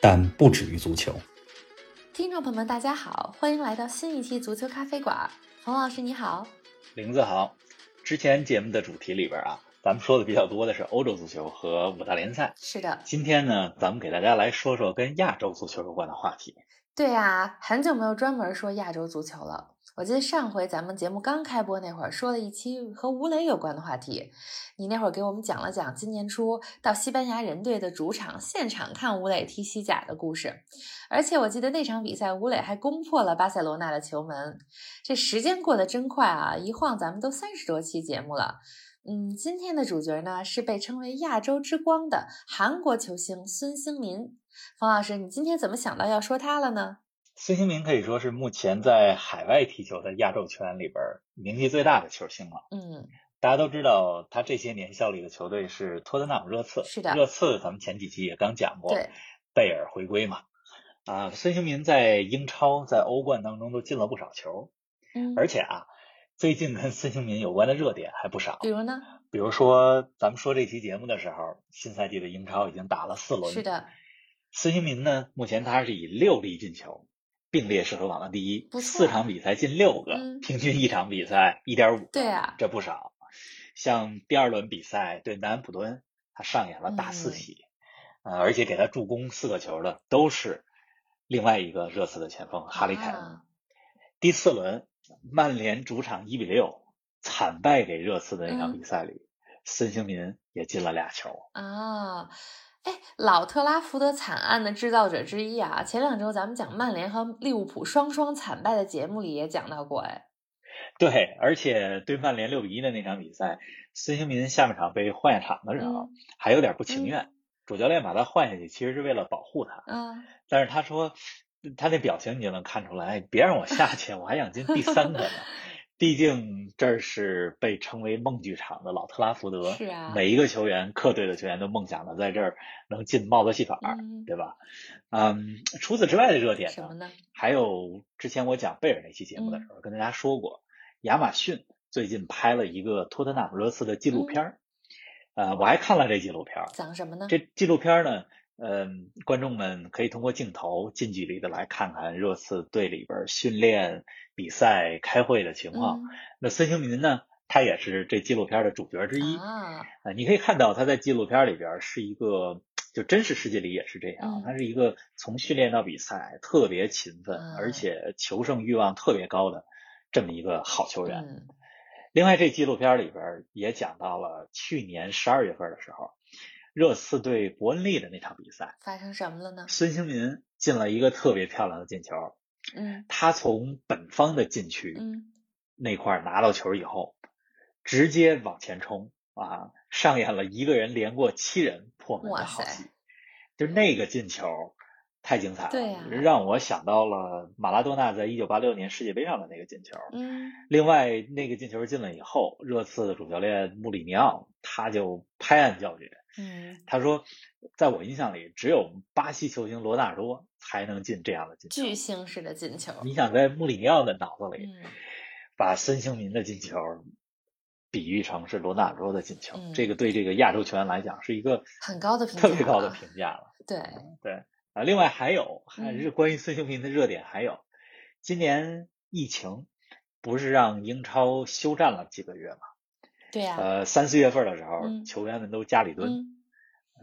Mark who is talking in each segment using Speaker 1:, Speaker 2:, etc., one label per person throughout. Speaker 1: 但不止于足球。
Speaker 2: 听众朋友们，大家好，欢迎来到新一期足球咖啡馆。冯老师你好，
Speaker 3: 林子豪，之前节目的主题里边啊，咱们说的比较多的是欧洲足球和五大联赛。
Speaker 2: 是的，
Speaker 3: 今天呢，咱们给大家来说说跟亚洲足球有关的话题。
Speaker 2: 对啊，很久没有专门说亚洲足球了。我记得上回咱们节目刚开播那会儿，说了一期和吴磊有关的话题。你那会儿给我们讲了讲今年初到西班牙人队的主场现场看吴磊踢西甲的故事，而且我记得那场比赛吴磊还攻破了巴塞罗那的球门。这时间过得真快啊，一晃咱们都三十多期节目了。嗯，今天的主角呢是被称为亚洲之光的韩国球星孙兴民。冯老师，你今天怎么想到要说他了呢？
Speaker 3: 孙兴民可以说是目前在海外踢球的亚洲球员里边名气最大的球星了。
Speaker 2: 嗯，
Speaker 3: 大家都知道，他这些年效力的球队是托特纳姆热刺。
Speaker 2: 是的
Speaker 3: 热刺咱们前几期也刚讲过，
Speaker 2: 对，
Speaker 3: 贝尔回归嘛。啊，孙兴民在英超、在欧冠当中都进了不少球，
Speaker 2: 嗯，
Speaker 3: 而且啊，最近跟孙兴民有关的热点还不少。
Speaker 2: 比如呢？
Speaker 3: 比如说，咱们说这期节目的时候，新赛季的英超已经打了四轮。
Speaker 2: 是的，
Speaker 3: 孙兴民呢，目前他是以六粒进球并列射手榜的第一，
Speaker 2: 不错
Speaker 3: 四场比赛进六个，
Speaker 2: 嗯
Speaker 3: 平均一场比赛一点五，
Speaker 2: 对啊
Speaker 3: 这不少。像第二轮比赛对南安普敦，他上演了大
Speaker 2: 嗯
Speaker 3: 四喜，呃，而且给他助攻四个球的都是另外一个热刺的前锋哈利凯恩。
Speaker 2: 啊
Speaker 3: 第四轮，曼联主场一比六惨败给热刺的那
Speaker 2: 嗯
Speaker 3: 场比赛里，孙兴民也进了俩球。
Speaker 2: 啊，哎，老特拉福德惨案的制造者之一啊。前两周咱们讲曼联和利物浦双双惨败的节目里也讲到过，哎，
Speaker 3: 对，而且对曼联六比一的那场比赛，孙兴民下半场被换下场的时候、
Speaker 2: 嗯
Speaker 3: 还有点不情愿，主教练把他换下去其实是为了保护他，
Speaker 2: 啊，
Speaker 3: 但是他说他那表情你就能看出来，别让我下去，我还想进第 三个呢。毕竟这是被称为梦剧场的老特拉福德，
Speaker 2: 是啊
Speaker 3: 每一个球员客队的球员都梦想着在这儿能进帽子戏法儿，
Speaker 2: 嗯，
Speaker 3: 对吧？嗯，除此之外的热点
Speaker 2: 什
Speaker 3: 呢
Speaker 2: 么，呢？嗯
Speaker 3: 还有之前我讲贝尔那期节目的时候，跟大家说过，亚马逊最近拍了一个托特纳姆热刺的纪
Speaker 2: 嗯
Speaker 3: 录片儿，呃，我还看了这纪录片儿。
Speaker 2: 讲什么呢？
Speaker 3: 这纪录片儿呢，嗯、观众们可以通过镜头近距离的来看看热刺队里边儿训练、比赛、开会的情况。
Speaker 2: 嗯
Speaker 3: 那孙兴民呢，他也是这纪录片儿的主角之一。
Speaker 2: 啊，
Speaker 3: 啊，你可以看到他在纪录片里边儿是一个，就真实世界里也是这样，
Speaker 2: 嗯
Speaker 3: 他是一个从训练到比赛特别勤奋，
Speaker 2: 啊
Speaker 3: 而且求胜欲望特别高的这么一个好球员。
Speaker 2: 嗯
Speaker 3: 另外，这纪录片里边儿也讲到了去年十二月份的时候，热刺对伯恩利的那场比赛，
Speaker 2: 发生什么了呢？
Speaker 3: 孙兴民进了一个特别漂亮的进球，
Speaker 2: 嗯
Speaker 3: 他从本方的禁区
Speaker 2: 嗯，
Speaker 3: 那块儿拿到球以后，直接往前冲啊，上演了一个人连过七人破门
Speaker 2: 哇
Speaker 3: 的好
Speaker 2: 塞
Speaker 3: 戏。就是那个进球太精彩了，
Speaker 2: 对呀
Speaker 3: 让我想到了马拉多纳在一九八六年世界杯上的那个进球。
Speaker 2: 嗯
Speaker 3: 另外，那个进球进了以后，热刺的主教练穆里尼奥他就拍案叫绝，
Speaker 2: 嗯，
Speaker 3: 他说，在我印象里，只有巴西球星罗纳尔多才能进这样的进球。
Speaker 2: 巨星式的进球，
Speaker 3: 你想在穆里尼奥的脑子里，
Speaker 2: 嗯
Speaker 3: 把孙兴民的进球比喻成是罗纳尔多的进球，
Speaker 2: 嗯
Speaker 3: 这个对这个亚洲球员来讲是一个
Speaker 2: 很高的评价
Speaker 3: 特别高的
Speaker 2: 了
Speaker 3: 评价了
Speaker 2: 对，
Speaker 3: 啊。另外还有还
Speaker 2: 嗯
Speaker 3: 是关于孙兴民的热点，还有今年疫情不是让英超休战了几个月嘛？
Speaker 2: 对呀、
Speaker 3: 呃，三四月份的时候，
Speaker 2: 啊嗯
Speaker 3: 球员们都家里蹲。
Speaker 2: 嗯，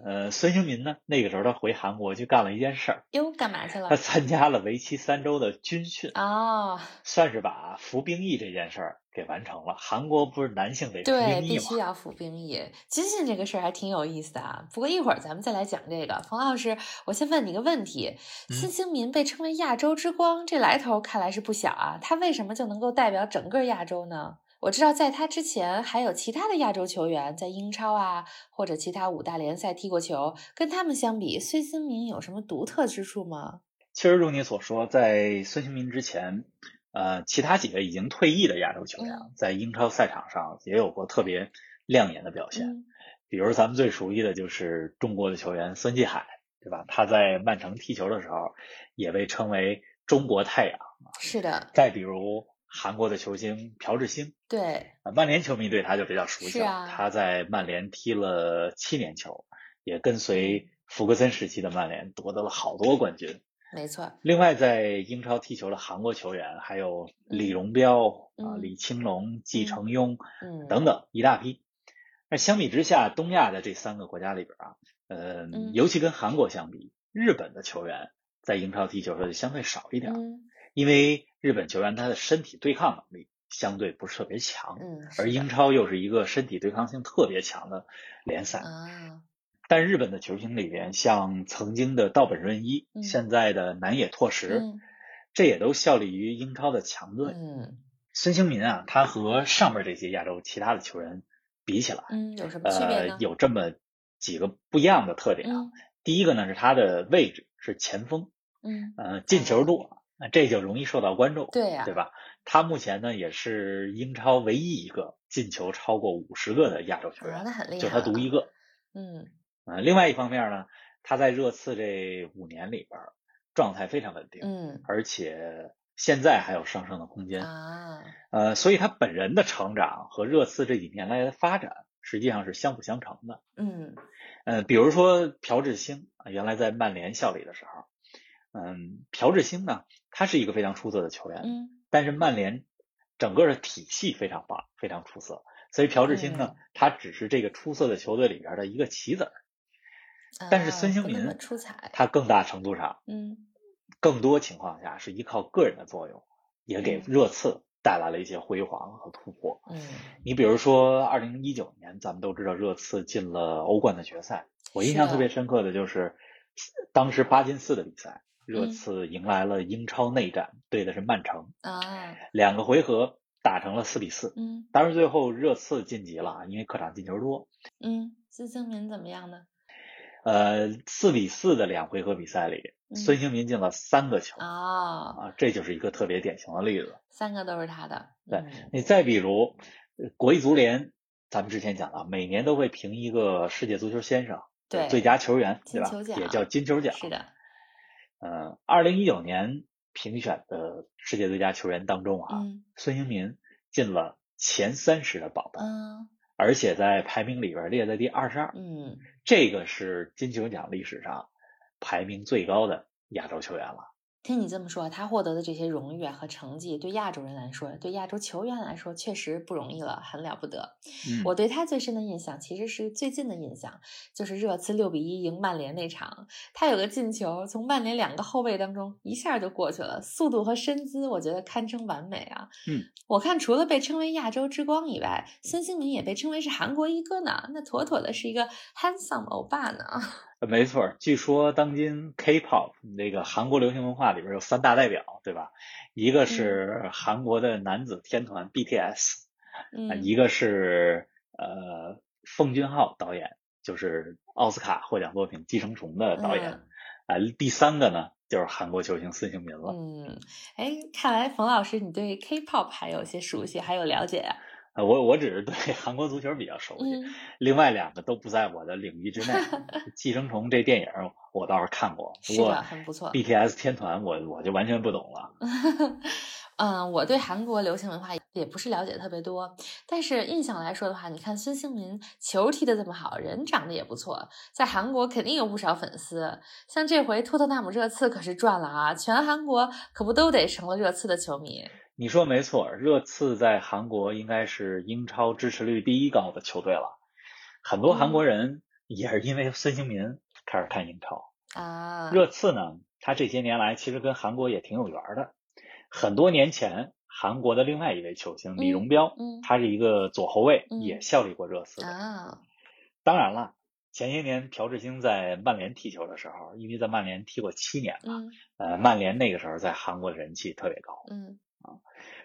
Speaker 3: 呃，孙兴民呢，那个时候他回韩国去干了一件事儿，
Speaker 2: 哟，干嘛去了
Speaker 3: 他？参加了为期三周的军训，
Speaker 2: 哦，
Speaker 3: 算是把服兵役这件事儿给完成了。韩国不是男性得服
Speaker 2: 对，
Speaker 3: 兵
Speaker 2: 必
Speaker 3: 役吗
Speaker 2: 须？要服兵役。军训这个事儿还挺有意思的啊，不过一会儿咱们再来讲这个。冯老师，我先问你个问题：孙
Speaker 3: 嗯
Speaker 2: 兴民被称为亚洲之光，这来头看来是不小啊。他为什么就能够代表整个亚洲呢？我知道在他之前还有其他的亚洲球员在英超啊或者其他五大联赛踢过球，跟他们相比，孙兴民有什么独特之处吗？
Speaker 3: 其实如你所说，在孙兴民之前，呃，其他几个已经退役的亚洲球员、
Speaker 2: 嗯
Speaker 3: 在英超赛场上也有过特别亮眼的表现。
Speaker 2: 嗯
Speaker 3: 比如咱们最熟悉的就是中国的球员孙继海，对吧？他在曼城踢球的时候，也被称为“中国太阳
Speaker 2: 是”。的，
Speaker 3: 再比如韩国的球星朴智星，
Speaker 2: 对，
Speaker 3: 啊，曼联球迷对他就比较熟悉
Speaker 2: 是
Speaker 3: 了。
Speaker 2: 啊
Speaker 3: 他在曼联踢了七年球，也跟
Speaker 2: 嗯
Speaker 3: 随福格森时期的曼联夺得了好多冠军。
Speaker 2: 没错，
Speaker 3: 另外，在英超踢球的韩国球员还有李荣彪、啊、
Speaker 2: 嗯
Speaker 3: 李青龙、季承庸、
Speaker 2: 嗯，
Speaker 3: 等等一大批。那相比之下，东亚的这三个国家里边啊，呃，
Speaker 2: 嗯
Speaker 3: 尤其跟韩国相比，日本的球员在英超踢球的就相对少一点儿，
Speaker 2: 嗯
Speaker 3: 因为日本球员他的身体对抗能力相对不是特别强，
Speaker 2: 嗯，是
Speaker 3: 而
Speaker 2: 的
Speaker 3: 英超又是一个身体对抗性特别强的联赛。
Speaker 2: 啊，
Speaker 3: 但日本的球星里边，像曾经的道本润一，
Speaker 2: 嗯
Speaker 3: 现在的南野拓实，
Speaker 2: 嗯
Speaker 3: 这也都效力于英超的强队。
Speaker 2: 嗯
Speaker 3: 孙兴民啊，他和上面这些亚洲其他的球员比起来，
Speaker 2: 嗯，有什么区别
Speaker 3: 呃
Speaker 2: 呢，？
Speaker 3: 有这么几个不一样的特点啊。
Speaker 2: 嗯
Speaker 3: 第一个呢是他的位置是前锋，
Speaker 2: 嗯
Speaker 3: 呃，进球多，那这就容易受到关注，
Speaker 2: 对呀
Speaker 3: 吧？他目前呢也是英超唯一一个进球超过五十个的亚洲球
Speaker 2: 啊，
Speaker 3: 员，
Speaker 2: 那很厉害，
Speaker 3: 就他独一，个。
Speaker 2: 嗯
Speaker 3: 呃，另外一方面呢，他在热刺这五年里边儿状态非常稳定，
Speaker 2: 嗯
Speaker 3: 而且现在还有上升的空间。
Speaker 2: 啊，
Speaker 3: 呃，所以他本人的成长和热刺这几年来的发展实际上是相辅相成的。
Speaker 2: 嗯
Speaker 3: 呃，比如说朴智星啊，原来在曼联效力的时候，嗯，朴智星呢，他是一个非常出色的球员，
Speaker 2: 嗯
Speaker 3: 但是曼联整个的体系非常棒，非常出色，所以朴智星呢，他只是这个出色的球队里边的一个棋子儿，
Speaker 2: 啊，
Speaker 3: 但是孙兴
Speaker 2: 不那
Speaker 3: 民
Speaker 2: 么出彩，
Speaker 3: 他更大程度上，
Speaker 2: 嗯
Speaker 3: 更多情况下是依靠个人的作用，也给
Speaker 2: 嗯
Speaker 3: 热刺带来了一些辉煌和突破。
Speaker 2: 嗯，
Speaker 3: 你比如说，二零一九年，咱们都知道热刺进了欧冠的决赛。我印
Speaker 2: 是
Speaker 3: 象
Speaker 2: 的
Speaker 3: 特别深刻的就是，当时八进四的比赛，热
Speaker 2: 嗯
Speaker 3: 刺迎来了英超内战，对的是曼城，
Speaker 2: 啊，
Speaker 3: 两个回合打成了四比四。
Speaker 2: 嗯
Speaker 3: 当然，最后热刺晋级了，因为客场进球多。
Speaker 2: 嗯，孙兴民怎么样呢？
Speaker 3: 呃，四比四的两回合比赛里，
Speaker 2: 嗯
Speaker 3: 孙兴民进了三个球
Speaker 2: 啊，
Speaker 3: 啊，这就是一个特别典型的例子。
Speaker 2: 三个都是他的，
Speaker 3: 对
Speaker 2: 嗯
Speaker 3: 你再比如，呃国际足联，咱们之前讲了，每年都会评一个世界足球先生，
Speaker 2: 对
Speaker 3: 最佳球员，对
Speaker 2: 金
Speaker 3: 吧
Speaker 2: 球？奖
Speaker 3: 也叫金球奖。
Speaker 2: 是。的，
Speaker 3: 呃，二零一九年评选的世界最佳球员当中啊，
Speaker 2: 嗯
Speaker 3: 孙兴民进了前三十的榜单，
Speaker 2: 嗯
Speaker 3: 而且在排名里边列在第二十二，
Speaker 2: 嗯，
Speaker 3: 这个是金球奖历史上排名最高的亚洲球员了。
Speaker 2: 听你这么说，他获得的这些荣誉啊和成绩，对亚洲人来说，对亚洲球员来说，确实不容易了，很了不得。
Speaker 3: 嗯
Speaker 2: 我对他最深的印象其实是最近的印象，就是热刺六比一赢曼联那场，他有个进球，从曼联两个后卫当中一下就过去了，速度和身姿我觉得堪称完美啊。
Speaker 3: 嗯，
Speaker 2: 我看除了被称为亚洲之光以外，孙兴民也被称为是韩国一哥呢，那妥妥的是一个 handsome 欧巴 呢。
Speaker 3: 呃没错儿，据说当今 K-pop 那个韩国流行文化里边有三大代表，对吧？一
Speaker 2: 嗯
Speaker 3: 个是韩国的男子天团 BTS，、啊，
Speaker 2: 嗯，
Speaker 3: 一个是呃奉俊昊导演，就是奥斯卡获奖作品《寄生虫》的导演，
Speaker 2: 嗯
Speaker 3: 啊、第三个呢就是韩国球星孙兴民了。
Speaker 2: 嗯，哎，看来冯老师你对 K-pop 还有些熟悉，还有了解啊。
Speaker 3: 啊我我只是对韩国足球比较熟悉，
Speaker 2: 嗯，
Speaker 3: 另外两个都不在我的领域之 内。寄生虫》这电影儿我倒是看过，不
Speaker 2: 是
Speaker 3: 过
Speaker 2: 的，很不错。
Speaker 3: BTS 天团我我就完全不懂了。
Speaker 2: 嗯，我对韩国流行文化也不是了解特别多，但是印象来说的话，你看孙兴民球踢得这么好，人长得也不错，在韩国肯定有不少粉丝。像这回托特纳姆热刺可是赚了啊，全韩国可不都得成了热刺的球迷？
Speaker 3: 你说没错，热刺在韩国应该是英超支持率第一高的球队了。很多
Speaker 2: 嗯
Speaker 3: 韩国人也是因为孙兴民开始看英超。
Speaker 2: 啊，
Speaker 3: 热刺呢，他这些年来其实跟韩国也挺有缘儿的。很多年前，韩国的另外一位球星李荣彪，
Speaker 2: 嗯
Speaker 3: 他是一个左后卫，
Speaker 2: 嗯
Speaker 3: 也效力过热刺的。
Speaker 2: 啊，
Speaker 3: 当然了，前些年朴智星在曼联踢球的时候，因为在曼联踢过七年嘛，
Speaker 2: 嗯
Speaker 3: 呃，曼联那个时候在韩国的人气特别高。
Speaker 2: 嗯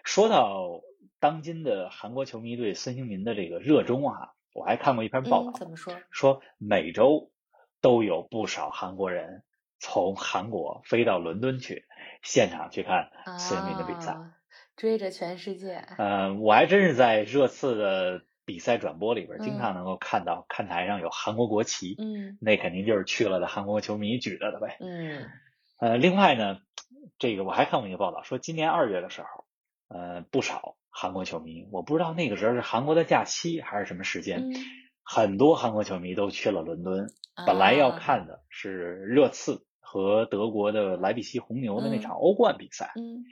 Speaker 3: 说到当今的韩国球迷对孙兴民的这个热衷啊，我还看过一篇报道，
Speaker 2: 嗯，怎么说？
Speaker 3: 说每周都有不少韩国人从韩国飞到伦敦去现场去看孙兴民的比赛。
Speaker 2: 啊追着全世界，
Speaker 3: 呃，我还真是在热刺的比赛转播里边，经常
Speaker 2: 嗯
Speaker 3: 能够看到看台上有韩国国旗，
Speaker 2: 嗯
Speaker 3: 那肯定就是去了的韩国球迷举着的呗。
Speaker 2: 嗯
Speaker 3: 呃，另外呢，这个我还看过一个报道，说今年二月的时候，呃，不少韩国球迷，我不知道那个时候是韩国的假期还是什么时间，
Speaker 2: 嗯，
Speaker 3: 很多韩国球迷都去了伦敦。本来要
Speaker 2: 啊，
Speaker 3: 看的是热刺和德国的莱比锡红牛的那
Speaker 2: 嗯
Speaker 3: 场欧冠比赛，
Speaker 2: 嗯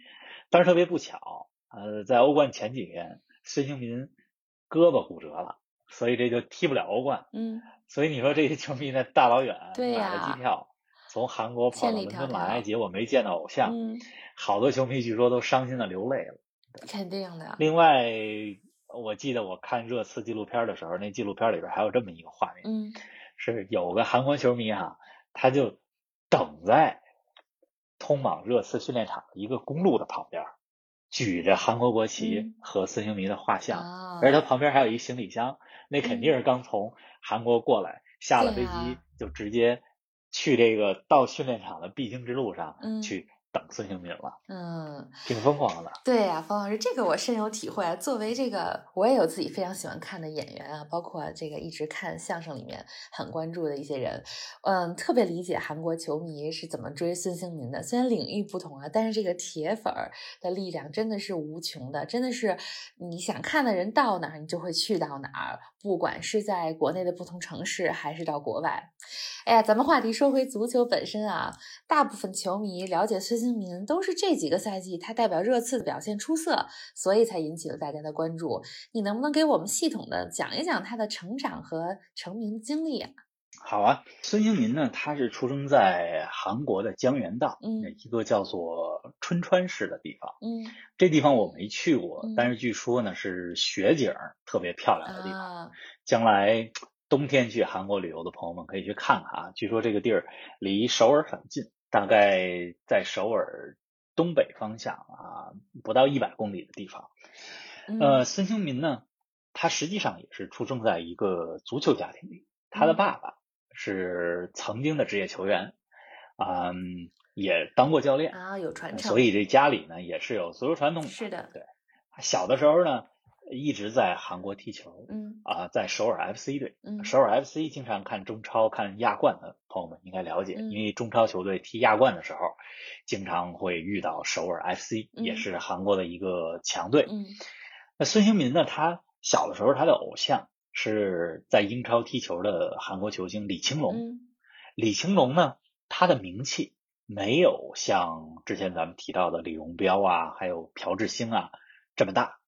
Speaker 3: 但是特别不巧，呃，在欧冠前几天，孙兴民胳膊骨折了，所以这就踢不了欧冠。
Speaker 2: 嗯，
Speaker 3: 所以你说这些球迷呢，大老远
Speaker 2: 对
Speaker 3: 买了
Speaker 2: 呀
Speaker 3: 机票，从韩国跑
Speaker 2: 千
Speaker 3: 到
Speaker 2: 里
Speaker 3: 伦敦
Speaker 2: 迢
Speaker 3: 来，
Speaker 2: 迢
Speaker 3: 结果没见到偶像，
Speaker 2: 嗯
Speaker 3: 好多球迷据说都伤心的流泪了。
Speaker 2: 肯定的，
Speaker 3: 另外，我记得我看热刺纪录片的时候，那纪录片里边还有这么一个画面，
Speaker 2: 嗯
Speaker 3: 是有个韩国球迷哈、他就等在通往热刺训练场的一个公路的旁边儿，举着韩国国旗
Speaker 2: 嗯
Speaker 3: 和孙兴民的画像，
Speaker 2: 啊，嗯
Speaker 3: 而他旁边还有一行李箱，那肯定是刚从韩国过来，下了飞
Speaker 2: 对
Speaker 3: 机、
Speaker 2: 啊
Speaker 3: 就直接去这个到训练场的必经之路上、
Speaker 2: 嗯
Speaker 3: 去等孙兴民了，
Speaker 2: 嗯。
Speaker 3: 挺疯狂的。
Speaker 2: 对呀、冯老师，这个我深有体会啊。作为这个，我也有自己非常喜欢看的演员啊，包括这个一直看相声里面很关注的一些人，嗯，特别理解韩国球迷是怎么追孙兴民的。虽然领域不同啊，但是这个铁粉儿的力量真的是无穷的，真的是你想看的人到哪儿，你就会去到哪儿，不管是在国内的不同城市，还是到国外。哎呀，咱们话题说回足球本身啊，大部分球迷了解孙兴民都是这几个赛季他代表热刺的表现出色，所以才引起了大家的关注。你能不能给我们系统的讲一讲他的成长和成名经历啊？
Speaker 3: 好啊，孙兴民呢，他是出生在韩国的江原道，
Speaker 2: 嗯
Speaker 3: 那一个叫做春川市的地方。
Speaker 2: 嗯
Speaker 3: 这地方我没去过，
Speaker 2: 嗯
Speaker 3: 但是据说呢是雪景儿特别漂亮的地方。
Speaker 2: 啊，
Speaker 3: 将来冬天去韩国旅游的朋友们可以去看看啊。据说这个地儿离首尔很近，大概在首尔东北方向啊，不到一百公里的地方。
Speaker 2: 嗯
Speaker 3: 呃，孙兴民呢，他实际上也是出生在一个足球家庭里，他的
Speaker 2: 嗯
Speaker 3: 爸爸是曾经的职业球员，嗯，也当过教练，
Speaker 2: 啊，有传承，
Speaker 3: 呃所以这家里呢也是有足球传统的。
Speaker 2: 是的，
Speaker 3: 小的时候呢，一直在韩国踢球，
Speaker 2: 嗯
Speaker 3: 啊，在首尔 FC 队，
Speaker 2: 嗯
Speaker 3: 首尔 FC 经常看中超、看亚冠的朋友们应该了解，
Speaker 2: 嗯
Speaker 3: 因为中超球队踢亚冠的时候，经常会遇到首尔 FC，、
Speaker 2: 嗯
Speaker 3: 也是韩国的一个强队。
Speaker 2: 嗯
Speaker 3: 那孙兴民呢，他小的时候他的偶像是在英超踢球的韩国球星李青龙。
Speaker 2: 嗯
Speaker 3: 李青龙呢，他的名气没有像之前咱们提到的李荣彪啊，还有朴智星啊这么大，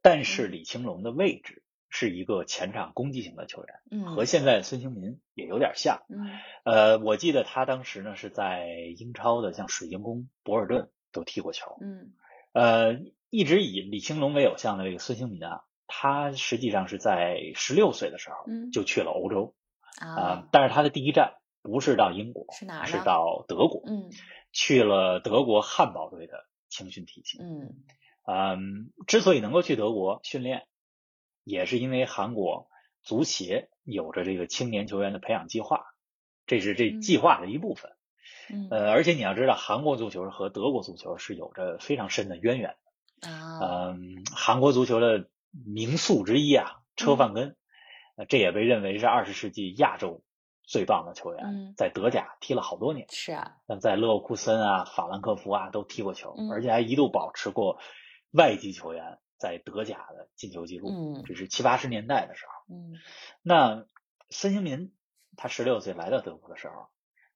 Speaker 3: 但是
Speaker 2: 嗯
Speaker 3: 李青龙的位置是一个前场攻击型的球员。
Speaker 2: 嗯，
Speaker 3: 和现在孙兴民也有点像。
Speaker 2: 嗯
Speaker 3: 呃，我记得他当时呢是在英超的，像水晶宫、博尔顿都踢过球。
Speaker 2: 嗯
Speaker 3: 呃，一直以李青龙为偶像的这个孙兴民啊，他实际上是在十六岁的时候
Speaker 2: 嗯
Speaker 3: 就去了欧洲啊、
Speaker 2: 啊，
Speaker 3: 但是他的第一站不是到英国，
Speaker 2: 是哪儿
Speaker 3: 是
Speaker 2: 呢
Speaker 3: 到德国，
Speaker 2: 嗯
Speaker 3: 去了德国汉堡队的青训体系。
Speaker 2: 嗯
Speaker 3: 嗯，之所以能够去德国训练，也是因为韩国足协有着这个青年球员的培养计划，这是这
Speaker 2: 嗯
Speaker 3: 计划的一部分。
Speaker 2: 嗯
Speaker 3: 呃，而且你要知道，韩国足球和德国足球是有着非常深的渊源。
Speaker 2: 啊，
Speaker 3: 嗯，韩国足球的名宿之一啊，
Speaker 2: 嗯
Speaker 3: 车范根，呃这也被认为是二十世纪亚洲最棒的球员
Speaker 2: 嗯，
Speaker 3: 在德甲踢了好多年。
Speaker 2: 是啊，
Speaker 3: 像在勒沃库森啊、法兰克福啊都踢过球，
Speaker 2: 嗯
Speaker 3: 而且还一度保持过外籍球员在德甲的进球记录，
Speaker 2: 嗯
Speaker 3: 这是七八十年代的时候。
Speaker 2: 嗯
Speaker 3: 那孙兴民他十六岁来到德国的时候，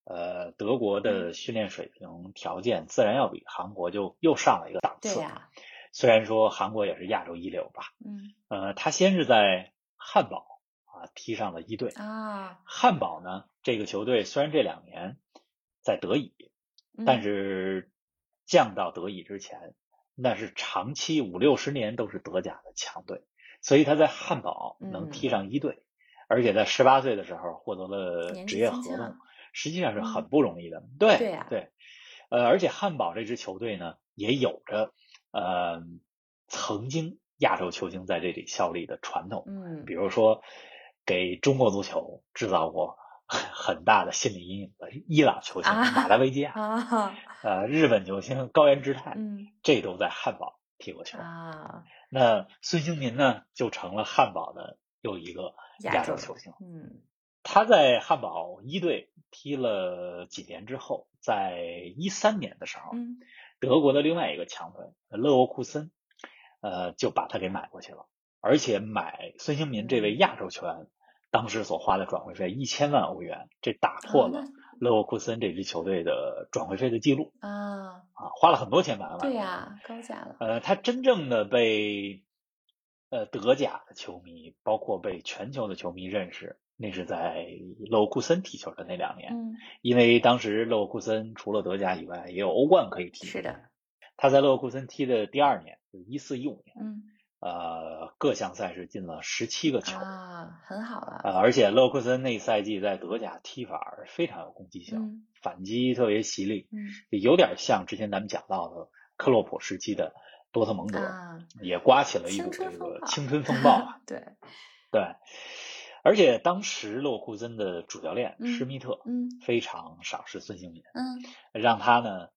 Speaker 3: 呃，德国
Speaker 2: 嗯
Speaker 3: 的训练水平条件自然要比韩国就又上了一个档
Speaker 2: 对
Speaker 3: 次。
Speaker 2: 呀，
Speaker 3: 虽然说韩国也是亚洲一流吧，
Speaker 2: 嗯
Speaker 3: 呃，他先是在汉堡啊踢上了一队，
Speaker 2: 啊，
Speaker 3: 汉堡呢这个球队虽然这两年在德乙，但
Speaker 2: 嗯
Speaker 3: 是降到德乙之前，那是长期五六十年都是德甲的强队，所以他在汉堡
Speaker 2: 嗯
Speaker 3: 能踢上一队，而且在十八岁的时候获得了
Speaker 2: 年
Speaker 3: 职
Speaker 2: 纪
Speaker 3: 业
Speaker 2: 轻
Speaker 3: 合
Speaker 2: 轻
Speaker 3: 同
Speaker 2: 啊，
Speaker 3: 实际上是很
Speaker 2: 嗯
Speaker 3: 不容易的。对
Speaker 2: 对啊呀
Speaker 3: 呃，而且汉堡这支球队呢，也有着呃曾经亚洲球星在这里效力的传统。
Speaker 2: 嗯
Speaker 3: 比如说给中国足球制造过很大的心理阴影的伊朗球星
Speaker 2: 啊
Speaker 3: 马达维基亚，
Speaker 2: 啊，
Speaker 3: 呃，日本球星高原直太，
Speaker 2: 嗯
Speaker 3: 这都在汉堡踢过球。
Speaker 2: 啊，
Speaker 3: 那孙兴民呢，就成了汉堡的又一个
Speaker 2: 亚
Speaker 3: 亚
Speaker 2: 洲
Speaker 3: 洲球星。
Speaker 2: 嗯
Speaker 3: 他在汉堡一队踢了几年之后，在一三年的时候，
Speaker 2: 嗯
Speaker 3: 德国的另外一个强队勒沃库森，呃，就把他给买过去了，而且买孙兴民这位
Speaker 2: 嗯
Speaker 3: 亚洲球员，当时所花的转会费一千万欧元，这打破
Speaker 2: 哦
Speaker 3: 了勒沃库森这支球队的转会费的记录
Speaker 2: 啊，
Speaker 3: 啊，花了很多钱把他买。
Speaker 2: 对呀，高价了，
Speaker 3: 呃，他真正的被呃德甲的球迷，包括被全球的球迷认识，那是在勒沃库森踢球的那两年，
Speaker 2: 嗯，
Speaker 3: 因为当时勒沃库森除了德甲以外，也有欧冠可以踢。
Speaker 2: 是的，
Speaker 3: 他在勒沃库森踢的第二年，就是一四一五年，
Speaker 2: 嗯
Speaker 3: 呃，各项赛事进了十七个球，
Speaker 2: 啊，很好了，
Speaker 3: 呃，而且勒沃库森那一赛季在德甲踢法非常有攻击性，
Speaker 2: 嗯
Speaker 3: 反击特别犀利，
Speaker 2: 嗯
Speaker 3: 有点像之前咱们讲到的克洛普时期的多特蒙德，
Speaker 2: 啊，
Speaker 3: 也刮起了一股
Speaker 2: 青
Speaker 3: 这
Speaker 2: 春风
Speaker 3: 个
Speaker 2: 暴，，
Speaker 3: 青春风暴啊
Speaker 2: 对，
Speaker 3: 对。而且当时勒沃库森的主教练
Speaker 2: 嗯
Speaker 3: 施密特
Speaker 2: 嗯
Speaker 3: 非常赏识孙兴民，
Speaker 2: 嗯
Speaker 3: 让他呢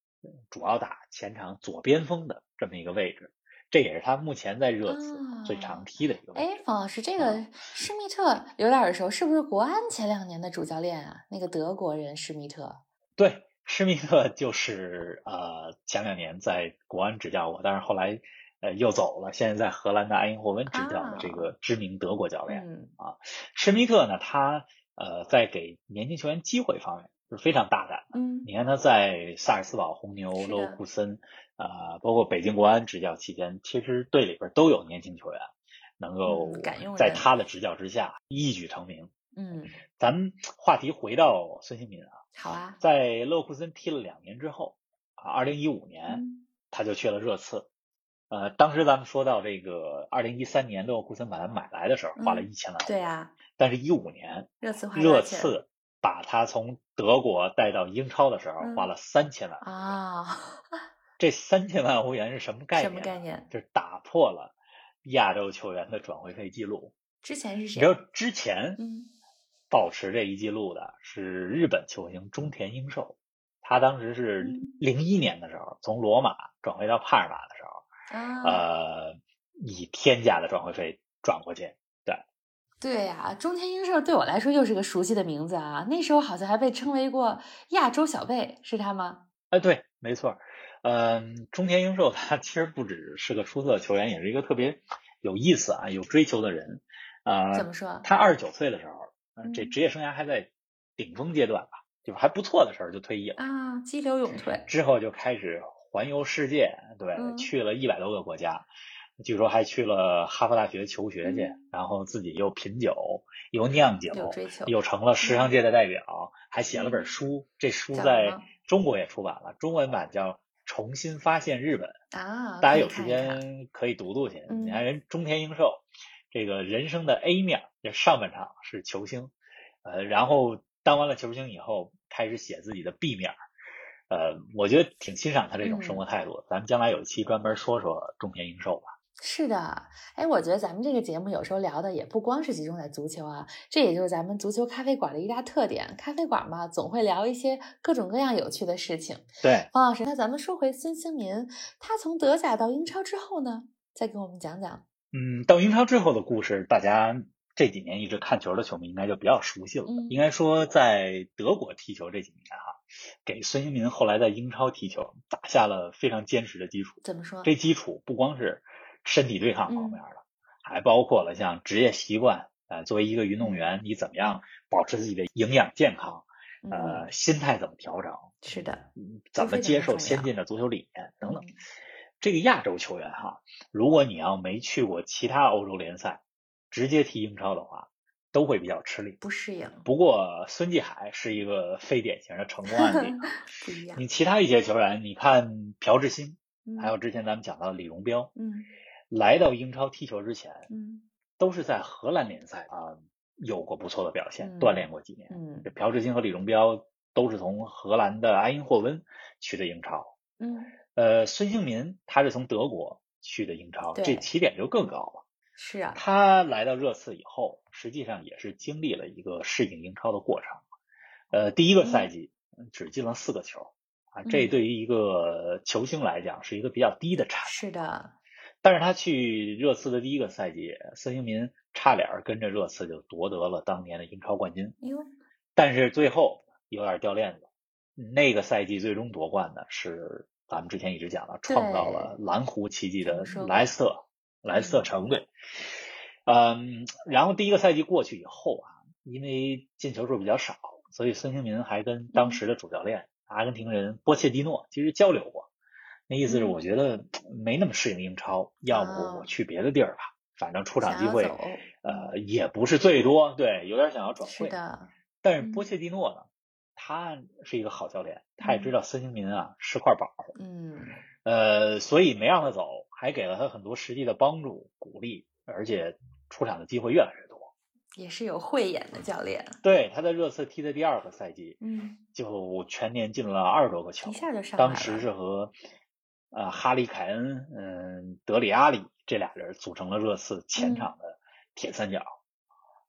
Speaker 3: 主要打前场左边锋的这么一个位置，这也是他目前在热刺最
Speaker 2: 啊
Speaker 3: 常踢的一个位置。
Speaker 2: 哎，冯老师，
Speaker 3: 嗯
Speaker 2: 这个施密特有点耳熟，是不是国安前两年的主教练啊？那个德国人施密特，
Speaker 3: 对，施密特就是呃前两年在国安执教过，但是后来呃又走了，现在在荷兰的埃因霍温执教的这
Speaker 2: 啊
Speaker 3: 个知名德国教练。
Speaker 2: 嗯
Speaker 3: 施密特呢，他呃在给年轻球员机会方面是非常大胆的。
Speaker 2: 嗯
Speaker 3: 你看他在萨尔斯堡红牛、
Speaker 2: 是的
Speaker 3: 勒沃库森，啊、包括北京国安执教期间，其实队里边都有年轻球员能够
Speaker 2: 嗯敢用人
Speaker 3: 在他的执教之下一举成名。
Speaker 2: 嗯，
Speaker 3: 咱们话题回到孙兴民啊，
Speaker 2: 好啊，
Speaker 3: 在勒沃库森踢了两年之后，啊，二零一五年
Speaker 2: 嗯
Speaker 3: 他就去了热刺。呃，当时咱们说到这个二零一三年勒沃库森把他买来的时候，花了
Speaker 2: 嗯
Speaker 3: 一千万欧元，
Speaker 2: 对啊，
Speaker 3: 但是一五年
Speaker 2: 热刺花多
Speaker 3: 热
Speaker 2: 少钱
Speaker 3: 刺把他从德国带到英超的时候，
Speaker 2: 嗯
Speaker 3: 花了三千万。
Speaker 2: 啊，
Speaker 3: 这三千万欧元是什么概
Speaker 2: 什
Speaker 3: 念？啊
Speaker 2: 么概？念？
Speaker 3: 就是打破了亚洲球员的转会费记录。
Speaker 2: 之前是
Speaker 3: 你
Speaker 2: 谁
Speaker 3: 知？道之前
Speaker 2: 嗯
Speaker 3: 保持这一记录的是日本球星中田英寿，他当时是
Speaker 2: 嗯
Speaker 3: 零一年的时候从罗马转回到帕尔马的时
Speaker 2: 啊，
Speaker 3: 候，呃，以天价的转会费转过去。
Speaker 2: 对呀、中田英寿对我来说又是个熟悉的名字啊。那时候好像还被称为过亚洲小贝，是他吗？
Speaker 3: 哎，对，没错儿，嗯，中田英寿他其实不只是个出色的球员，也是一个特别有意思啊、有追求的人。啊、
Speaker 2: 怎么说？
Speaker 3: 他二十九岁的时候，嗯，这
Speaker 2: 嗯
Speaker 3: 职业生涯还在顶峰阶段吧，就是还不错的时候就退役了，
Speaker 2: 啊，激流勇退，
Speaker 3: 之后就开始环游世界，对，
Speaker 2: 嗯
Speaker 3: 去了一百多个国家，据说还去了哈佛大学求学去，
Speaker 2: 嗯
Speaker 3: 然后自己又品酒，又酿酒，
Speaker 2: 有追求，
Speaker 3: 又成了时尚界的代表，还写了本书，这书
Speaker 2: 叫什
Speaker 3: 在
Speaker 2: 嗯么
Speaker 3: 中国也出版了，中文版叫《重新发现日本》，
Speaker 2: 啊，
Speaker 3: 大家
Speaker 2: 可以
Speaker 3: 有时
Speaker 2: 看一看
Speaker 3: 间可以读读去。
Speaker 2: 嗯
Speaker 3: 你看人中田英寿，这个人生的 A 面，这上半场是球星，呃，然后当完了球星以后，开始写自己的 B 面。呃，我觉得挺欣赏他这种生
Speaker 2: 嗯
Speaker 3: 活态度的。咱们将来有一期专门说说中田英寿吧。
Speaker 2: 是的，哎，我觉得咱们这个节目有时候聊的也不光是集中在足球啊，这也就是咱们足球咖啡馆的一大特点。咖啡馆嘛，总会聊一些各种各样有趣的事情。
Speaker 3: 对，
Speaker 2: 王老师，那咱们说回孙兴民，他从德甲到英超之后呢，再给我们讲讲。
Speaker 3: 嗯，到英超之后的故事，大家这几年一直看球的球迷应该就比较熟悉了。
Speaker 2: 嗯
Speaker 3: 应该说，在德国踢球这几年哈、给孙兴民后来在英超踢球打下了非常坚实的基础。
Speaker 2: 怎么说？
Speaker 3: 这基础不光是身体对抗
Speaker 2: 嗯
Speaker 3: 方面的，还包括了像职业习惯。呃，作为一个运动员，你怎么样保持自己的营养健康？
Speaker 2: 嗯，
Speaker 3: 呃，心态怎么调整？
Speaker 2: 是的，
Speaker 3: 嗯
Speaker 2: 都
Speaker 3: 怎么
Speaker 2: 非常
Speaker 3: 接受
Speaker 2: 重要
Speaker 3: 先进的足球理念等等
Speaker 2: 嗯。
Speaker 3: 这个亚洲球员哈，如果你要没去过其他欧洲联赛，直接踢英超的话，都会比较吃力。
Speaker 2: 不适应，
Speaker 3: 不过孙继海是一个非典型的成功 案例。
Speaker 2: 不一样。
Speaker 3: 你其他一些球员，你看朴智星，
Speaker 2: 嗯
Speaker 3: 还有之前咱们讲到的李荣彪，
Speaker 2: 嗯
Speaker 3: 来到英超踢球之前，
Speaker 2: 嗯
Speaker 3: 都是在荷兰联赛啊、有过不错的表现，
Speaker 2: 嗯
Speaker 3: 锻炼过几年。
Speaker 2: 嗯
Speaker 3: 这朴智星和李荣彪都是从荷兰的埃因霍温去的英超。
Speaker 2: 嗯
Speaker 3: 呃，孙兴民他是从德国去的英超，
Speaker 2: 对
Speaker 3: 这起点就更高了。
Speaker 2: 是啊，
Speaker 3: 他来到热刺以后，实际上也是经历了一个适应英超的过程。呃，第一个赛季只进了四个球啊，这
Speaker 2: 嗯
Speaker 3: 对于一个球星来讲是一个比较低的产
Speaker 2: 是的，
Speaker 3: 但是他去热刺的第一个赛季，孙兴民差点儿跟着热刺就夺得了当年的英超冠军，
Speaker 2: 哟，
Speaker 3: 但是最后有点掉链子。那个赛季最终夺冠的是咱们之前一直讲的，创造了蓝湖奇迹的
Speaker 2: 听说过
Speaker 3: 莱斯特，莱斯特城队。嗯，然后第一个赛季过去以后啊，因为进球数比较少，所以孙兴民还跟当时的主教练阿根廷人波切蒂诺其实交流过。那意思是，
Speaker 2: 嗯
Speaker 3: 我觉得没那么适应英超，要
Speaker 2: 哦
Speaker 3: 不我去别的地儿吧，反正出场
Speaker 2: 想
Speaker 3: 机
Speaker 2: 要
Speaker 3: 会
Speaker 2: 走，
Speaker 3: 呃也不是最多，对，有点想要转
Speaker 2: 是
Speaker 3: 会。
Speaker 2: 的，
Speaker 3: 但是
Speaker 2: 嗯
Speaker 3: 波切蒂诺呢，他是一个好教练，他也
Speaker 2: 嗯
Speaker 3: 知道孙兴民啊是块宝，
Speaker 2: 嗯，
Speaker 3: 呃，所以没让他走，还给了他很多实际的帮助、鼓励，而且出场的机会越来越多。
Speaker 2: 也是有慧眼的教练，
Speaker 3: 对，他在热刺踢的第二个赛季，
Speaker 2: 嗯，
Speaker 3: 就全年进了二十多个球
Speaker 2: 一，下就上来了，
Speaker 3: 当时是和呃哈利凯恩、嗯德里阿里这俩人组成了热刺
Speaker 2: 嗯
Speaker 3: 前场的铁三角。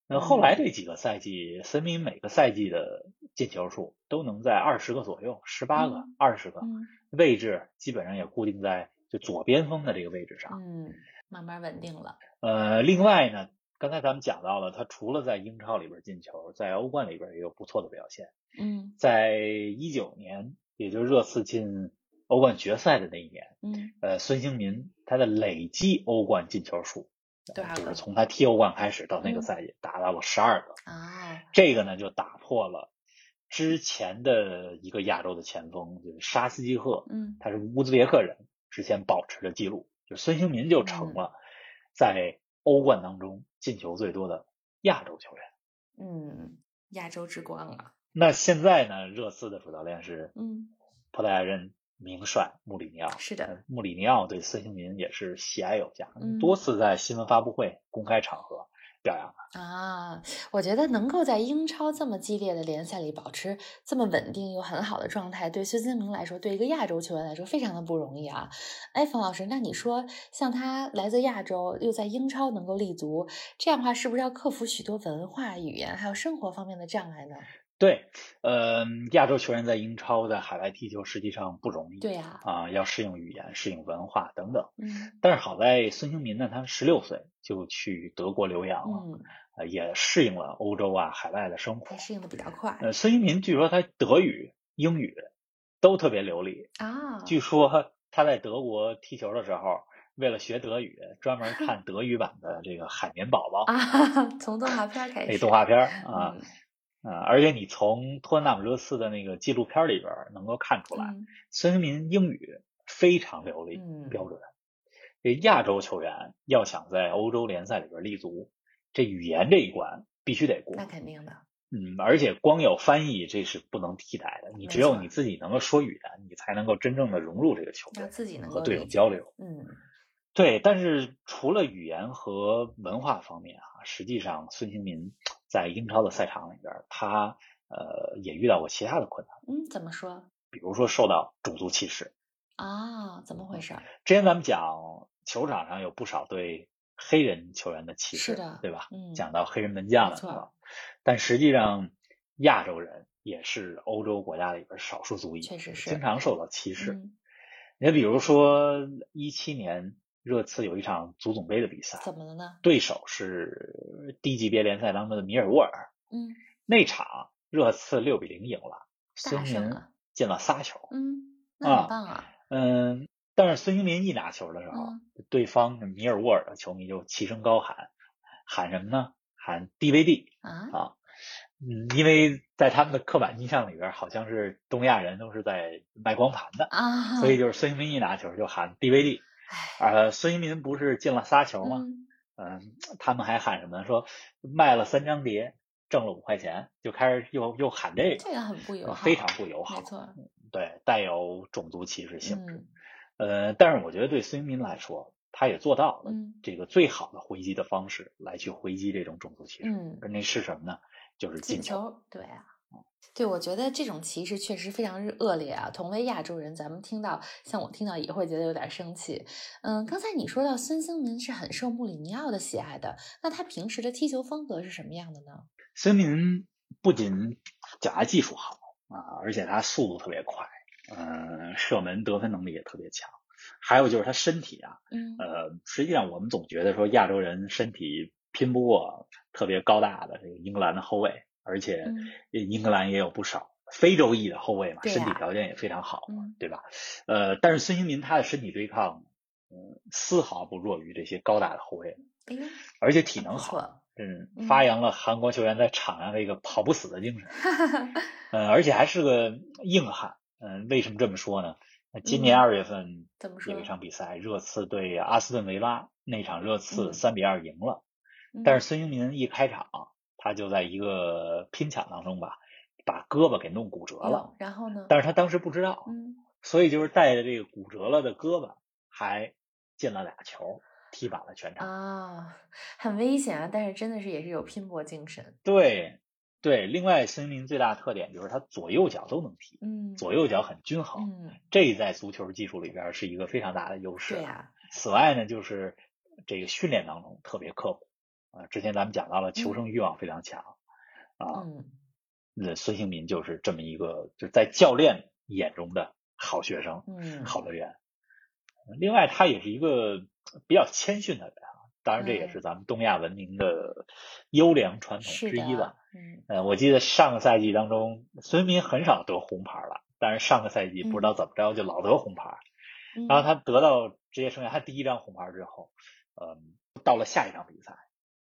Speaker 3: 那后来这几个赛季，森林每个赛季的进球数都能在二十个左右，十八个
Speaker 2: 嗯、
Speaker 3: 二十个，
Speaker 2: 嗯
Speaker 3: 位置基本上也固定在就左边锋的这个位置上。
Speaker 2: 嗯，慢慢稳定了，
Speaker 3: 呃，另外呢，刚才咱们讲到了，他除了在英超里边进球，在欧冠里边也有不错的表现。
Speaker 2: 嗯
Speaker 3: 在一九年，也就是热刺进欧冠决赛的那一年，
Speaker 2: 嗯，
Speaker 3: 呃，孙兴民他的累计欧冠进球数，
Speaker 2: 多少
Speaker 3: 就
Speaker 2: 个
Speaker 3: 是从他踢欧冠开始到那个
Speaker 2: 啊嗯
Speaker 3: 赛季，达到了十二个。
Speaker 2: 啊、
Speaker 3: 这个呢，就打破了之前的一个亚洲的前锋，就是沙斯基赫，
Speaker 2: 嗯，
Speaker 3: 他是乌兹别克人，之前保持的记录，就孙兴民就
Speaker 2: 嗯
Speaker 3: 成了在欧冠当中进球最多的亚洲球员。
Speaker 2: 嗯，亚洲之光啊，
Speaker 3: 那现在呢，热刺的主教练是
Speaker 2: 嗯，
Speaker 3: 葡萄牙人名帅穆里尼奥。
Speaker 2: 是的，
Speaker 3: 穆里尼奥对孙兴民也是喜爱有加，
Speaker 2: 嗯
Speaker 3: 多次在新闻发布会、公开场合表扬他。
Speaker 2: 啊，我觉得能够在英超这么激烈的联赛里保持这么稳定又很好的状态，对孙兴民来说，对一个亚洲球员来说非常的不容易啊。哎，冯老师，那你说像他来自亚洲，又在英超能够立足，这样的话是不是要克服许多文化、语言还有生活方面的障碍呢？
Speaker 3: 对，呃，亚洲球员在英超、在海外踢球实际上不容易。
Speaker 2: 对呀、
Speaker 3: 啊，要适应语言、适应文化等等。
Speaker 2: 嗯
Speaker 3: 但是好在孙兴民呢，他十六岁就去德国留洋了，
Speaker 2: 嗯，
Speaker 3: 呃也适应了欧洲啊海外的生活
Speaker 2: 他。适应的比较快
Speaker 3: 呃，孙兴民据说他德语、英语都特别流利，
Speaker 2: 啊，
Speaker 3: 据说他在德国踢球的时候，为了学德语，专门看德语版的这个《海绵宝宝》
Speaker 2: 啊， 从动画片儿开
Speaker 3: 那
Speaker 2: 始，
Speaker 3: 动画片儿啊
Speaker 2: 嗯，
Speaker 3: 啊，而且你从托纳姆热刺的那个纪录片里边儿能够看出来，
Speaker 2: 嗯
Speaker 3: 孙兴民英语非常流利，
Speaker 2: 嗯
Speaker 3: 标准。这亚洲球员要想在欧洲联赛里边立足，这语言这一关必须得过
Speaker 2: 那。肯定的，
Speaker 3: 嗯，而且光有翻译这是不能替代的，
Speaker 2: 没
Speaker 3: 你只有
Speaker 2: 错
Speaker 3: 你自己能够说语言，你才能够真正的融入这个球
Speaker 2: 要
Speaker 3: 队
Speaker 2: 自己能
Speaker 3: 和
Speaker 2: 够
Speaker 3: 队友
Speaker 2: 理解
Speaker 3: 交流。
Speaker 2: 嗯。
Speaker 3: 对，但是除了语言和文化方面啊，实际上孙兴民在英超的赛场里边儿，他呃也遇到过其他的困难，
Speaker 2: 嗯，怎么说
Speaker 3: 比如说受到种族歧视。
Speaker 2: 啊？怎么回事儿？
Speaker 3: 之前咱们讲球场上有不少对黑人球员的歧
Speaker 2: 是
Speaker 3: 视，
Speaker 2: 的
Speaker 3: 对吧？
Speaker 2: 嗯
Speaker 3: 讲到黑人门将
Speaker 2: 没
Speaker 3: 了，
Speaker 2: 错
Speaker 3: 是吧但实际上亚洲人也是欧洲国家里边儿少数族裔，
Speaker 2: 确实是
Speaker 3: 经常受到歧视。
Speaker 2: 嗯，
Speaker 3: 你比如说一七年热刺有一场足总杯的比赛。
Speaker 2: 怎么了呢？
Speaker 3: 对手是呃低级别联赛当中的米尔沃尔。
Speaker 2: 嗯
Speaker 3: 那场热刺六比零赢了，
Speaker 2: 大
Speaker 3: 孙兴
Speaker 2: 胜
Speaker 3: 民
Speaker 2: 啊
Speaker 3: 进了仨球。
Speaker 2: 嗯，那
Speaker 3: 啊
Speaker 2: 很棒啊。
Speaker 3: 嗯，但是孙兴民一拿球的时候，
Speaker 2: 嗯
Speaker 3: 对方米尔沃尔的球迷就齐声高喊，喊什么呢？喊 DVD
Speaker 2: 啊，
Speaker 3: 啊！嗯，因为在他们的刻板印象里边，好像是东亚人都是在卖光盘的，
Speaker 2: 啊，
Speaker 3: 所以就是孙兴民一拿球就喊 DVD。
Speaker 2: 哎，
Speaker 3: 呃，孙兴民不是进了仨球吗？
Speaker 2: 嗯，
Speaker 3: 嗯，他们还喊什么呢？说卖了三张碟，挣了五块钱，就开始又又喊这
Speaker 2: 这
Speaker 3: 个，
Speaker 2: 个
Speaker 3: 呃
Speaker 2: 很不友好，
Speaker 3: 非常不友
Speaker 2: 没
Speaker 3: 好，
Speaker 2: 错，
Speaker 3: 对，带有种族歧视性质。
Speaker 2: 嗯
Speaker 3: 呃，但是我觉得对孙兴民来说，他也做到了
Speaker 2: 嗯
Speaker 3: 这个最好的回击的方式来去回击这种种族歧视。
Speaker 2: 嗯，
Speaker 3: 那是什么呢？就是
Speaker 2: 进
Speaker 3: 进球。
Speaker 2: 球对啊，对，我觉得这种歧视确实非常恶劣啊！同为亚洲人，咱们听到，像我听到也会觉得有点生气。嗯，刚才你说到孙兴民是很受穆里尼奥的喜爱的，那他平时的踢球风格是什么样的呢？
Speaker 3: 孙兴民不仅脚下技术好啊，而且他速度特别快，嗯、射门得分能力也特别强。还有就是他身体啊，
Speaker 2: 嗯
Speaker 3: 呃，实际上我们总觉得说亚洲人身体拼不过特别高大的这个英格兰的后卫，而且
Speaker 2: 嗯
Speaker 3: 英格兰也有不少非洲裔的后卫嘛，
Speaker 2: 对
Speaker 3: 身体
Speaker 2: 呀
Speaker 3: 条件也非常好，
Speaker 2: 嗯
Speaker 3: 对吧？呃，但是孙兴民他的身体对抗，嗯，丝毫不弱于这些高大的后卫，
Speaker 2: 哎呦，
Speaker 3: 而且体
Speaker 2: 那
Speaker 3: 能
Speaker 2: 不
Speaker 3: 好，
Speaker 2: 错，
Speaker 3: 嗯，
Speaker 2: 嗯
Speaker 3: 发扬了韩国球员在场上的一个跑不死的精神。呃，而且还是个硬汉。嗯、为什么这么说呢？那今年
Speaker 2: 嗯
Speaker 3: 二月份
Speaker 2: 怎么说
Speaker 3: 有一场比赛，热刺对阿斯顿维拉，那场热刺
Speaker 2: 嗯
Speaker 3: 三比二赢了。但是孙兴民一开场，他就在一个拼抢当中吧，把胳膊给弄骨折
Speaker 2: 嗯
Speaker 3: 了。
Speaker 2: 有然后呢？
Speaker 3: 但是他当时不知道，
Speaker 2: 嗯，
Speaker 3: 所以就是带着这个骨折了的胳膊，还进了俩球，踢满了全场。
Speaker 2: 啊，很危险啊，但是真的是也是有拼搏精神。
Speaker 3: 对对，另外孙兴民最大的特点就是他左右脚都能踢，
Speaker 2: 嗯，
Speaker 3: 左右脚很均衡。
Speaker 2: 嗯，
Speaker 3: 这在足球技术里边儿是一个非常大的优势。啊
Speaker 2: 对呀、
Speaker 3: 此外呢，就是这个训练当中特别刻苦啊。之前咱们讲到了求生欲望非常强啊，
Speaker 2: 嗯，
Speaker 3: 那孙兴民就是这么一个，就是在教练眼中的好学生、
Speaker 2: 嗯
Speaker 3: 好队员。另外，他也是一个比较谦逊的人啊，当然这也
Speaker 2: 嗯
Speaker 3: 是咱们东亚文明的优良传统
Speaker 2: 是
Speaker 3: 之一吧
Speaker 2: 的。，嗯
Speaker 3: 呃，我记得上个赛季当中，孙兴民很少得红牌了，但是上个赛季不知道怎么着就老得红牌，
Speaker 2: 嗯，
Speaker 3: 然后他得到职业生涯他第一张红牌之后，嗯，到了下一场比赛，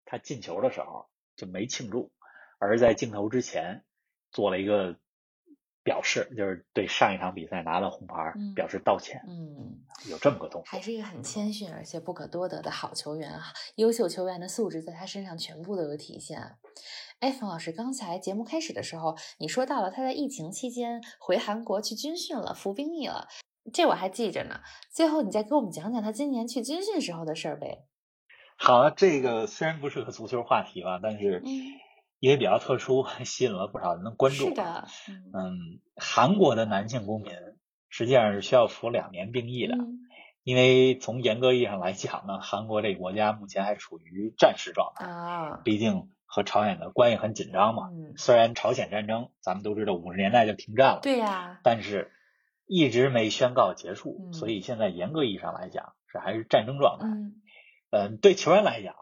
Speaker 3: 他进球的时候就没庆祝，而在镜头之前做了一个表示，就是对上一场比赛拿到红牌
Speaker 2: 嗯
Speaker 3: 表示道歉，
Speaker 2: 嗯。
Speaker 3: 有这么个动作。
Speaker 2: 还是一个很谦逊而且不可多得的好球员啊！优秀球员的素质在他身上全部都有体现啊。哎，冯老师，刚才节目开始的时候，你说到了他在疫情期间回韩国去军训了，服兵役了，这我还记着呢。最后，你再给我们讲讲他今年去军训时候的事儿呗。
Speaker 3: 好啊，这个虽然不是个足球话题吧，但是
Speaker 2: 嗯
Speaker 3: 因为比较特殊，吸引了不少人的关注。
Speaker 2: 是的，嗯
Speaker 3: 嗯，韩国的男性公民实际上是需要服两年兵役的，
Speaker 2: 嗯
Speaker 3: 因为从严格意义上来讲呢，韩国这个国家目前还处于战时状态，
Speaker 2: 啊，
Speaker 3: 毕竟和朝鲜的关系很紧张嘛。
Speaker 2: 嗯，
Speaker 3: 虽然朝鲜战争咱们都知道五十年代就停战了，
Speaker 2: 对呀、
Speaker 3: 但是一直没宣告结束，
Speaker 2: 嗯
Speaker 3: 所以现在严格意义上来讲是还是战争状态。
Speaker 2: 嗯
Speaker 3: 嗯，对球员来讲，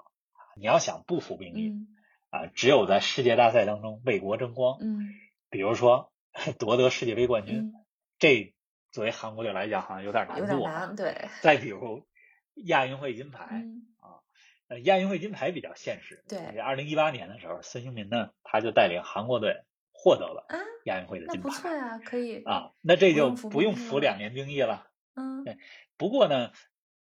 Speaker 3: 你要想不服兵役
Speaker 2: 嗯
Speaker 3: 啊，只有在世界大赛当中为国争光，
Speaker 2: 嗯
Speaker 3: 比如说 夺得世界杯冠军，
Speaker 2: 嗯，
Speaker 3: 这作为韩国队来讲好像有点难
Speaker 2: 有点
Speaker 3: 度啊。
Speaker 2: 难，对，
Speaker 3: 再比如亚运会金牌，
Speaker 2: 嗯
Speaker 3: 呃，亚运会金牌比较现实。
Speaker 2: 对
Speaker 3: 二零一八年的时候，孙兴民呢，他就带领韩国队获得了
Speaker 2: 啊，
Speaker 3: 亚运会的
Speaker 2: 那
Speaker 3: 金
Speaker 2: 不错
Speaker 3: 牌
Speaker 2: 呀、可以，
Speaker 3: 啊，那这
Speaker 2: 不
Speaker 3: 就
Speaker 2: 用服
Speaker 3: 不
Speaker 2: 兵
Speaker 3: 用
Speaker 2: 役
Speaker 3: 服
Speaker 2: 了
Speaker 3: 两年兵役了。
Speaker 2: 嗯
Speaker 3: 不过呢，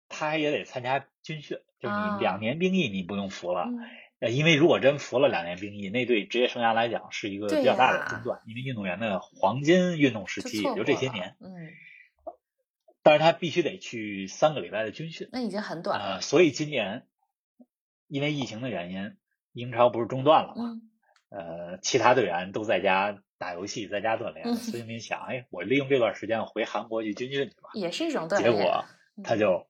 Speaker 3: 他也得参加军训，就是
Speaker 2: 啊
Speaker 3: 你两年兵役你不用服了，
Speaker 2: 嗯，
Speaker 3: 呃，因为如果真服了两年兵役，那对职业生涯来讲是一个
Speaker 2: 对
Speaker 3: 比较大的
Speaker 2: 呀
Speaker 3: 中断，因为运动员的黄金运动时
Speaker 2: 就
Speaker 3: 期也
Speaker 2: 错
Speaker 3: 就这
Speaker 2: 过
Speaker 3: 些
Speaker 2: 了
Speaker 3: 年，
Speaker 2: 嗯。
Speaker 3: 但是他必须得去三个礼拜的军训，
Speaker 2: 那已经很短了。
Speaker 3: 呃，所以今年因为疫情的原因，英超不是中断了嘛，
Speaker 2: 嗯
Speaker 3: 呃，其他队员都在家打游戏，在家锻炼，
Speaker 2: 嗯
Speaker 3: 孙兴民想，哎，我利用这段时间我回韩国去军训去吧，
Speaker 2: 也是一种锻
Speaker 3: 结
Speaker 2: 炼。
Speaker 3: 果他
Speaker 2: 嗯
Speaker 3: 就，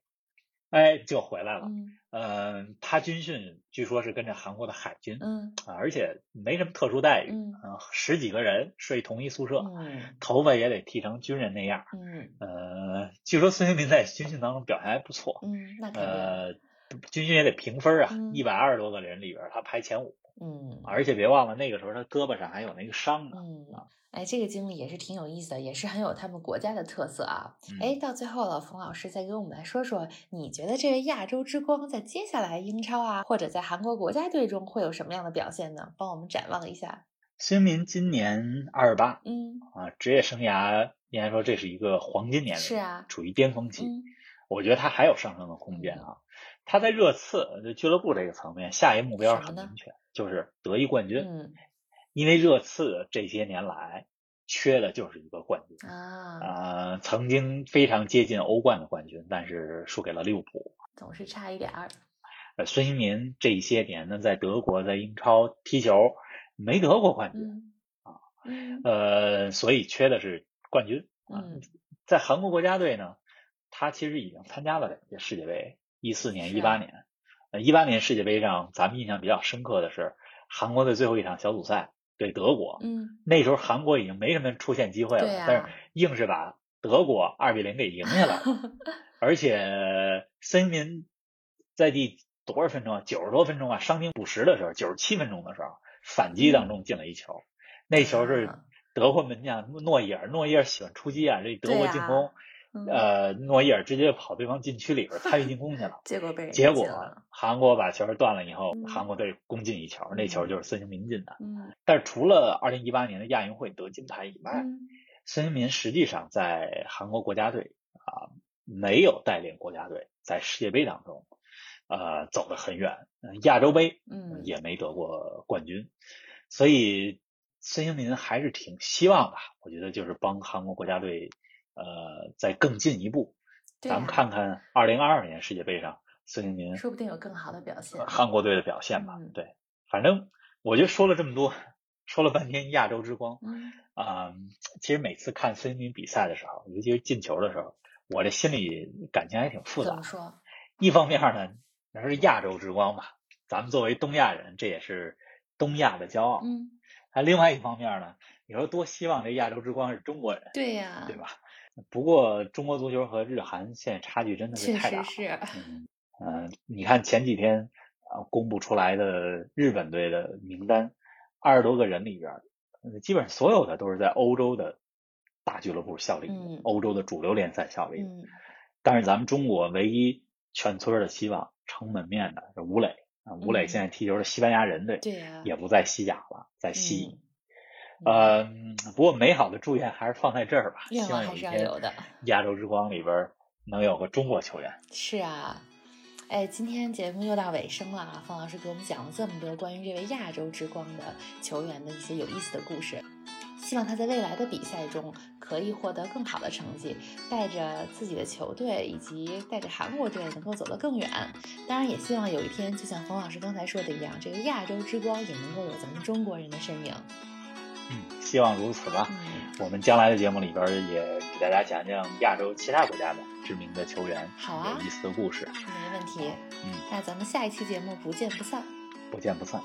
Speaker 3: 哎，就回来了。
Speaker 2: 嗯
Speaker 3: 嗯，他军训据说是跟着韩国的海军
Speaker 2: 嗯
Speaker 3: 啊，而且没什么特殊待遇，
Speaker 2: 嗯
Speaker 3: 呃十几个人睡同一宿舍，
Speaker 2: 嗯
Speaker 3: 头发也得剃成军人那样。
Speaker 2: 嗯
Speaker 3: 呃，据说孙兴民在军训当中表现还不错，
Speaker 2: 嗯，那肯定。
Speaker 3: 呃，军训也得评分啊
Speaker 2: 嗯，
Speaker 3: 一百二十多个人里边儿他排前五，
Speaker 2: 嗯
Speaker 3: 而且别忘了那个时候他胳膊上还有那个伤呢。
Speaker 2: 嗯，哎，这个经历也是挺有意思的，也是很有他们国家的特色啊。
Speaker 3: 嗯
Speaker 2: 哎，到最后了，冯老师再给我们来说说，你觉得这位亚洲之光在接下来英超啊，或者在韩国国家队中会有什么样的表现呢？帮我们展望一下。
Speaker 3: 孙兴民今年二十八
Speaker 2: 嗯
Speaker 3: 啊，职业生涯应该说这是一个黄金年龄，
Speaker 2: 是啊
Speaker 3: 处于巅峰期。
Speaker 2: 嗯
Speaker 3: 我觉得他还有上升的空间啊。他在热刺就俱乐部这个层面，下一目标
Speaker 2: 什
Speaker 3: 很
Speaker 2: 么呢
Speaker 3: 明确，就是德乙冠军。
Speaker 2: 嗯
Speaker 3: 因为热刺这些年来缺的就是一个冠军，
Speaker 2: 啊，
Speaker 3: 呃，曾经非常接近欧冠的冠军，但是输给了利物浦。
Speaker 2: 总是差一点儿。
Speaker 3: 呃，孙兴民这一些年呢，在德国、在英超踢球没得过冠军，
Speaker 2: 嗯嗯
Speaker 3: 呃，所以缺的是冠军啊
Speaker 2: 嗯。
Speaker 3: 在韩国国家队呢，他其实已经参加了两届世界杯，一四年、
Speaker 2: 是
Speaker 3: 一
Speaker 2: 啊
Speaker 3: 八年。呃，一八年世界杯上，咱们印象比较深刻的是韩国队最后一场小组赛对德国，
Speaker 2: 嗯，
Speaker 3: 那时候韩国已经没什么出线机会了，
Speaker 2: 对呀啊
Speaker 3: 但是硬是把德国二比零给赢下来了。 而且森林在第多少分钟啊？九十多分钟啊，伤停补时的时候，九十七分钟的时候，反击
Speaker 2: 嗯
Speaker 3: 当中进了一球，那球是
Speaker 2: 啊
Speaker 3: 德国门将诺伊尔，诺伊尔喜欢出击啊，这德国进攻，
Speaker 2: 嗯
Speaker 3: 呃，诺伊尔直接跑对方禁区里边参与进攻
Speaker 2: 。
Speaker 3: 去了
Speaker 2: 结果被人
Speaker 3: 结
Speaker 2: 家抢
Speaker 3: 果
Speaker 2: 了
Speaker 3: 韩国把球断了以后，
Speaker 2: 嗯
Speaker 3: 韩国队攻进一球，那球就是孙兴民进的。
Speaker 2: 嗯
Speaker 3: 但是除了2018年的亚运会得金牌以外，
Speaker 2: 嗯
Speaker 3: 孙兴民实际上在韩国国家队啊、没有带领国家队在世界杯当中呃走得很远，呃亚洲杯
Speaker 2: 嗯
Speaker 3: 也没得过冠军，所以孙兴民还是挺希望吧，我觉得就是帮韩国国家队呃再更进一步，
Speaker 2: 对啊
Speaker 3: 咱们
Speaker 2: 呀
Speaker 3: 看看2022年世界杯上孙兴民
Speaker 2: 说不定有更好的表现啊
Speaker 3: 呃。韩国队的表现吧。
Speaker 2: 嗯
Speaker 3: 对，反正我就说了这么多，说了半天亚洲之光。
Speaker 2: 嗯，
Speaker 3: 啊、其实每次看孙兴民比赛的时候，尤其是进球的时候，我这心里感情还挺复
Speaker 2: 怎
Speaker 3: 杂
Speaker 2: 么。说？
Speaker 3: 一方面呢，那是亚洲之光嘛，咱们作为东亚人，这也是东亚的骄傲。
Speaker 2: 嗯，
Speaker 3: 那另外一方面呢，你说多希望这亚洲之光是中国人，
Speaker 2: 对呀，
Speaker 3: 对吧？不过中国足球和日韩现在差距真的是
Speaker 2: 确
Speaker 3: 太大
Speaker 2: 实
Speaker 3: 了。
Speaker 2: 是，
Speaker 3: 嗯，呃，你看前几天啊、呃公布出来的日本队的名单，二十多个人里边儿，呃基本上所有的都是在欧洲的大俱乐部效力的，
Speaker 2: 嗯
Speaker 3: 欧洲的主流联赛效力的。
Speaker 2: 嗯，
Speaker 3: 但是咱们中国唯一全村儿的希望、撑门面的是吴磊啊，吴磊
Speaker 2: 嗯
Speaker 3: 现在踢球的西班牙人队
Speaker 2: 对呀，
Speaker 3: 也不在西甲了，在西乙。
Speaker 2: 嗯
Speaker 3: 呃，嗯不过美好的祝愿还是放在这儿吧，
Speaker 2: 愿
Speaker 3: 希
Speaker 2: 望
Speaker 3: 望有
Speaker 2: 还
Speaker 3: 一
Speaker 2: 是要
Speaker 3: 天
Speaker 2: 有的
Speaker 3: 亚洲之光里边儿能有个中国球员。
Speaker 2: 是啊，哎，今天节目又到尾声了啊，方老师给我们讲了这么多关于这位亚洲之光的球员的一些有意思的故事，希望他在未来的比赛中可以获得更好的成绩，带着自己的球队以及带着韩国队能够走得更远。当然，也希望有一天，就像冯老师刚才说的一样，这个亚洲之光也能够有咱们中国人的身影。
Speaker 3: 嗯，希望如此吧。
Speaker 2: 嗯，
Speaker 3: 我们将来的节目里边儿也给大家讲讲亚洲其他国家的知名的球员，
Speaker 2: 好啊
Speaker 3: 有意思的故事。
Speaker 2: 没问题。
Speaker 3: 嗯，
Speaker 2: 那咱们下一期节目不见不散。
Speaker 3: 不见不散。